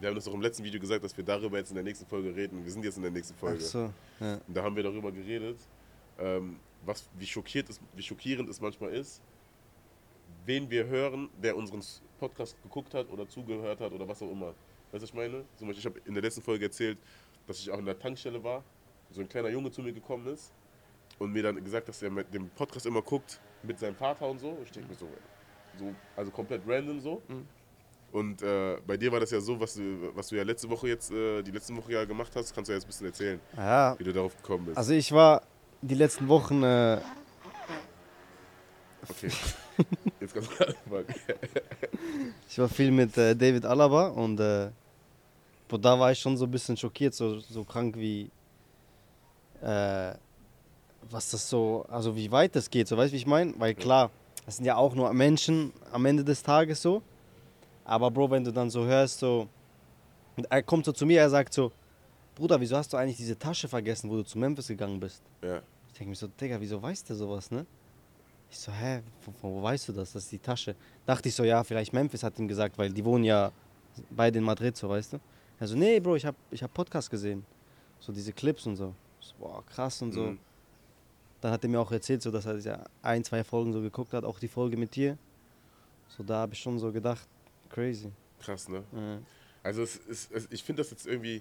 C: wir haben das doch im letzten Video gesagt, dass wir darüber jetzt in der nächsten Folge reden. Wir sind jetzt in der nächsten
A: Ach
C: Folge.
A: so. Ja.
C: Und da haben wir darüber geredet, ähm, was, wie, schockiert es, wie schockierend es manchmal ist, wen wir hören, der unseren S- Podcast geguckt hat oder zugehört hat oder was auch immer. Weißt du, was ich meine? Zum Beispiel, ich habe in der letzten Folge erzählt, dass ich auch in der Tankstelle war, so ein kleiner Junge zu mir gekommen ist und mir dann gesagt, dass er mit dem Podcast immer guckt mit seinem Vater und so. Und Ich denke mir so, so, also komplett random so.
D: Mhm.
C: Und äh, bei dir war das ja so, was du, was du ja letzte Woche jetzt, äh, die letzten Woche ja gemacht hast, kannst du ja jetzt ein bisschen erzählen,
A: ja,
C: wie du darauf gekommen bist.
A: also ich war die letzten Wochen. Äh,
C: Okay. (laughs) Jetzt kannst du anfangen.
A: Ich war viel mit äh, David Alaba und äh, boah, da war ich schon so ein bisschen schockiert, so, so krank wie äh, was das so, also wie weit das geht, so weißt du, wie ich meine? Weil klar, das sind ja auch nur Menschen am Ende des Tages so. Aber Bro, wenn du dann so hörst, so, und er kommt so zu mir, er sagt so, Bruder, wieso hast du eigentlich diese Tasche vergessen, wo du zu Memphis gegangen bist?
C: Ja.
A: Ich denke mir so, Digga, wieso weißt du sowas, ne? Ich so, hä, von, von wo weißt du das? Das ist die Tasche. Dachte ich so, ja, vielleicht Memphis hat ihm gesagt, weil die wohnen ja beide in Madrid, so, weißt du? Also, nee, Bro, ich hab, ich hab Podcast gesehen. So diese Clips und so. Ich so boah, krass und so.
C: Mhm.
A: Dann hat er mir auch erzählt, so, dass er ja ein, zwei Folgen so geguckt hat, auch die Folge mit dir. So, da habe ich schon so gedacht, crazy.
C: Krass, ne?
A: Ja.
C: Also es ist, es, ich finde das jetzt irgendwie,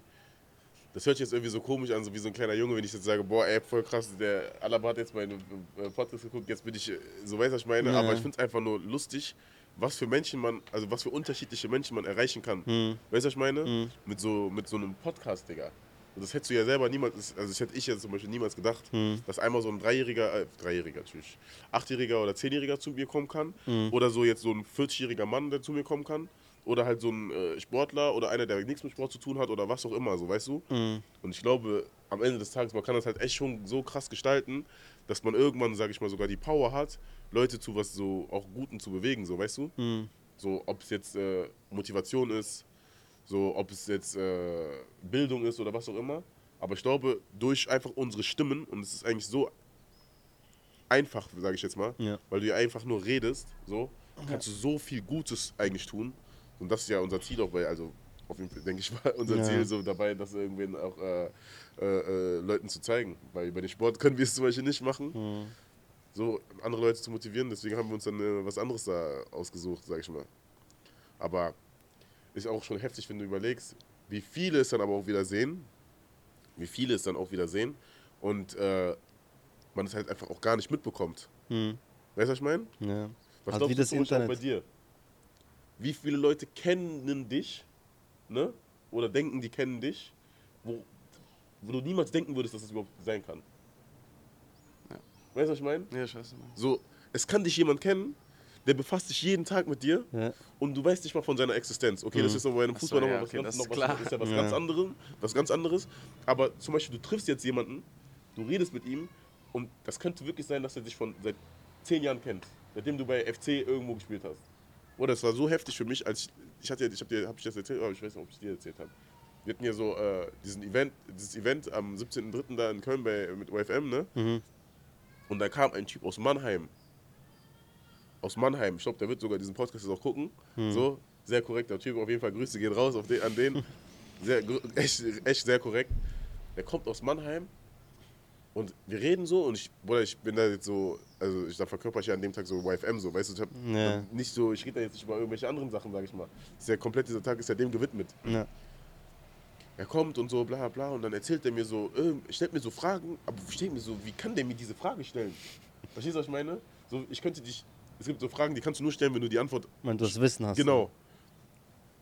C: das hört sich jetzt irgendwie so komisch an, so wie so ein kleiner Junge, wenn ich jetzt sage, boah, ey, voll krass, der Alaba hat jetzt meinen äh, Podcast geguckt, jetzt bin ich, äh, so weiß was ich meine,
A: Ja.
C: aber ich finde es einfach nur lustig, was für Menschen man, also was für unterschiedliche Menschen man erreichen kann.
A: Mhm.
C: Weißt du, was ich meine?
A: Mhm.
C: Mit, so, mit so einem Podcast, Digga. Und das hättest du ja selber niemals, das- also das hätte ich jetzt zum Beispiel niemals gedacht,
A: Mhm.
C: dass einmal so ein Dreijähriger, äh, Dreijähriger, tschüss, Achtjähriger oder Zehnjähriger zu mir kommen kann.
A: Mhm.
C: Oder so jetzt so ein 40-jähriger Mann, der zu mir kommen kann. Oder halt so ein äh, Sportler oder einer, der nichts mit Sport zu tun hat oder was auch immer, so, weißt du?
A: Mhm.
C: Und ich glaube, am Ende des Tages, man kann das halt echt schon so krass gestalten, dass man irgendwann, sage ich mal, sogar die Power hat, Leute zu was so auch Guten zu bewegen, so, weißt du?
A: Mhm.
C: So, ob es jetzt äh, Motivation ist, so, ob es jetzt äh, Bildung ist oder was auch immer. Aber ich glaube, durch einfach unsere Stimmen, und es ist eigentlich so einfach, sage ich jetzt mal,
A: Ja.
C: weil du ja einfach nur redest, so, kannst du so viel Gutes eigentlich tun. Und das ist ja unser Ziel auch bei, also auf jeden Fall, denke ich mal, (laughs) unser
A: Ja.
C: Ziel so dabei, das irgendwen auch äh, äh, äh, Leuten zu zeigen. Weil bei dem Sport können wir es zum Beispiel nicht machen
A: Mhm.
C: so andere Leute zu motivieren. Deswegen haben wir uns dann äh, was anderes da ausgesucht, sag ich mal. Aber ist auch schon heftig, wenn du überlegst, wie viele es dann aber auch wieder sehen. Wie viele es dann auch wieder sehen. Und äh, man es halt einfach auch gar nicht mitbekommt.
A: Mhm.
C: Weißt du, was ich meine?
A: Ja.
C: Was
A: Halt
C: glaubst
A: wie
C: du
A: das
C: zum Beispiel auch
A: Internet.
C: bei dir? Wie viele Leute kennen dich, ne? Oder denken, die kennen dich, wo, wo du niemals denken würdest, dass das überhaupt sein kann.
D: Ja.
C: Weißt du, was ich meine?
D: Nee, scheiße. Mann.
C: So, es kann dich jemand kennen, der befasst sich jeden Tag mit dir
A: Ja.
C: und du weißt nicht mal von seiner Existenz. Okay, das ist aber bei einem
D: Mhm. Ach so,
C: Fußball
D: ja,
C: nochmal was,
D: okay,
C: ganz,
D: das ist
C: noch was,
D: klar.
C: ist ja was
A: Ja.
C: ganz anderes, was ganz anderes. Aber zum Beispiel, du triffst jetzt jemanden, du redest mit ihm und das könnte wirklich sein, dass er dich von seit zehn Jahren kennt, seitdem du bei FC irgendwo gespielt hast. Boah, das war so heftig für mich, als ich, ich hatte, ja- ich habe dir, habe ich das erzählt, aber ich weiß nicht, ob ich dir erzählt habe. Wir hatten ja so äh, diesen Event, dieses Event am 17.03. da in Köln bei, mit UFM, ne? Und da kam ein Typ aus Mannheim. Aus Mannheim. Ich glaube, der wird sogar diesen Podcast jetzt auch gucken. So, sehr korrekter Typ. Auf jeden Fall Grüße gehen raus auf den, an den. Sehr, gr- echt, echt sehr korrekt. Der kommt aus Mannheim und wir reden so und ich, Bruder, ich bin da jetzt so, also ich da verkörper ich ja an dem Tag so YFM so, weißt du, ich hab
A: Ja.
C: dann nicht so, ich rede da jetzt nicht über irgendwelche anderen Sachen, sag ich mal. Ist ja komplett, dieser Tag ist ja dem gewidmet
A: Ja.
C: er kommt und so, bla bla. Und dann erzählt er mir so, ähm, ich stelle mir so Fragen, aber ich denke mir so, wie kann der mir diese Frage stellen? Verstehst du, was ich meine? So, ich könnte dich, es gibt so Fragen, die kannst du nur stellen, wenn du die Antwort
A: Wenn du das Wissen hast. ne?
C: Genau.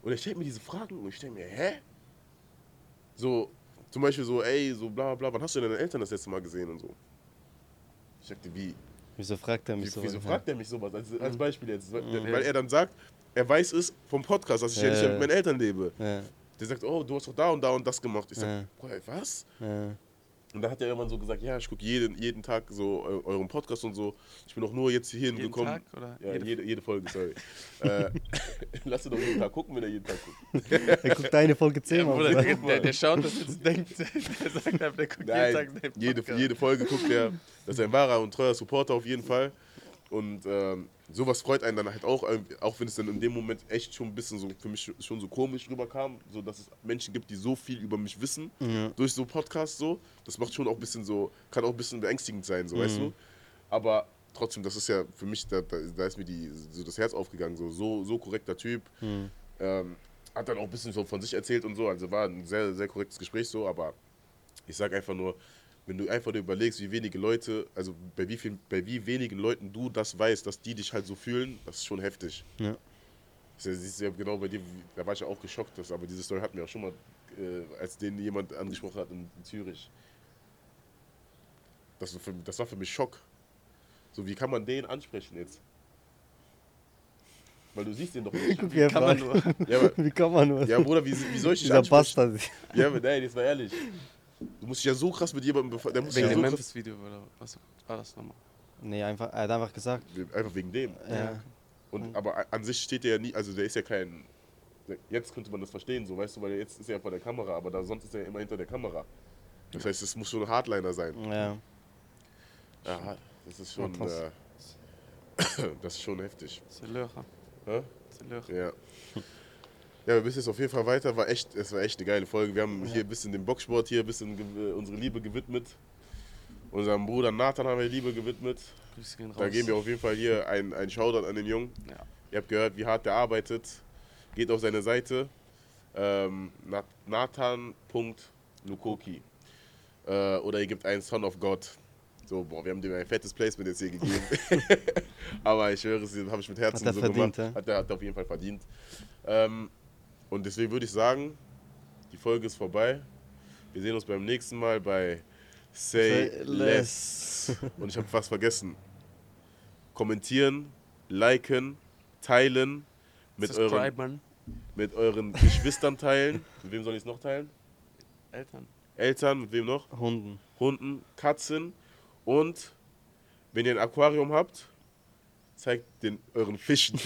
C: Und er stellt mir diese Fragen und ich denke mir, hä? So, zum Beispiel so, ey, so bla bla, wann hast du denn deine Eltern das letzte Mal gesehen und so? Ich dachte, wie?
A: Wieso fragt er
C: Wie,
A: mich so?
C: wieso
A: Ja. Mhm.
C: fragt er mich sowas? Als, als Beispiel jetzt. Weil,
D: Ja.
C: weil er dann sagt, er weiß es vom Podcast, dass ich ja nicht
A: Ja.
C: mit meinen Eltern lebe.
A: Ja.
C: Der sagt, oh, du hast doch da und da und das gemacht. Ich
A: Ja.
C: sag, Bruder, was?
A: Ja.
C: Und dann hat er irgendwann so gesagt, ja, ich gucke jeden, jeden Tag so eu- euren Podcast und so. Ich bin auch nur jetzt hierhin
D: Jeden
C: gekommen.
D: Tag oder
C: Ja,
D: jede-
C: jede, jede, Folge,
D: (laughs)
C: sorry. äh, (laughs) lass dir doch jeden Tag gucken, wenn er jeden Tag guckt.
A: Er guckt deine Folge
D: Ja,
A: zehnmal.
D: Bruder,
A: Bruder.
D: der, der, der schaut das
C: (laughs)
D: jetzt und denkt, der sagt einfach, der guckt jeden Tag
C: Nein,
D: seinen
C: jede,
D: Podcast.
C: jede Folge guckt er. Das ist ein wahrer und treuer Supporter auf jeden Fall. Und ähm, sowas freut einen dann halt auch, ähm, auch wenn es dann in dem Moment echt schon ein bisschen so für mich schon so komisch rüberkam, so dass es Menschen gibt, die so viel über mich wissen durch so Podcasts so. Das macht schon auch ein bisschen so, kann auch ein bisschen beängstigend sein, so weißt du. Aber trotzdem, das ist ja für mich, da, da, da ist mir die, so das Herz aufgegangen, so, so, so korrekter Typ. Ähm, hat dann auch ein bisschen so von sich erzählt und so, also war ein sehr, sehr korrektes Gespräch so, aber ich sag einfach nur, wenn du einfach dir überlegst, wie wenige Leute, also bei wie, viel, bei wie wenigen Leuten du das weißt, dass die dich halt so fühlen, das ist schon heftig.
A: Ja.
C: Das ist ja- siehst du ja genau bei dir, wie- da war ich ja auch geschockt, dass, aber diese Story hatten wir auch schon mal, äh, als den jemand angesprochen hat in, in Zürich. Das, war für, das war für mich Schock. So, wie kann man den ansprechen jetzt? Weil du siehst den
A: (laughs)
C: doch nicht.
A: Guck, wie, er
D: Kann man
A: fragt.
D: nur.
C: ja, aber,
A: (laughs) wie kann man nur?
C: ja, Bruder, wie, wie soll ich dich
A: Dieser
C: ansprechen?
A: Bastard.
C: Ja, aber nein, jetzt mal ehrlich. Du musst dich ja so krass mit jemandem befassen. Der muss sich
D: Wegen
C: ja so
D: dem
C: krass,
D: Memphis-Video oder was war das nochmal?
A: Nee, einfach, er hat einfach gesagt. äh,
C: einfach wegen dem.
A: Ja.
C: Und, aber a- an sich steht der ja nie, also der ist ja kein. der- Jetzt könnte man das verstehen, so weißt du, weil jetzt ist er ja vor der Kamera, aber da sonst ist er ja immer hinter der Kamera. Das heißt, es muss schon ein Hardliner sein.
A: Ja.
C: Ja, das ist schon.
A: krass.
C: Äh, (coughs) das ist schon heftig.
D: Das ist ein Löcher.
C: Hä?
D: Das ist ein Löcher.
C: Ja. Ja, wir müssen jetzt auf jeden Fall weiter. War echt, es war echt eine geile Folge. Wir haben hier ein bisschen dem Boxsport hier ein bisschen ge- äh, unsere Liebe gewidmet. Unserem Bruder Nathan haben wir Liebe gewidmet.
D: Grüße gehen raus.
C: Da geben wir auf jeden Fall hier einen, einen Shoutout an den Jungen.
D: Ja.
C: Ihr habt gehört, wie hart der arbeitet. Geht auf seine Seite. Ähm, Nat- Nathan.lukoki. Äh, oder ihr gebt einen Son of God. So, boah, wir haben dem ein fettes Placement jetzt hier gegeben. (laughs) Aber ich schwöre, das habe ich mit Herzen
A: Hat er
C: so
A: verdient, ja?
C: gemacht. Hat er, hat er auf jeden Fall verdient. Ähm, und deswegen würde ich sagen, die Folge ist vorbei. Wir sehen uns beim nächsten Mal bei Say,
A: Say
C: less. Und ich habe fast vergessen. Kommentieren, liken, teilen, mit euren,
D: Subscribern,
C: mit euren Geschwistern teilen. Mit wem soll ich es noch teilen?
D: Eltern.
C: Eltern, mit wem noch?
A: Hunden.
C: Hunden, Katzen. Und wenn ihr ein Aquarium habt, zeigt den euren Fischen.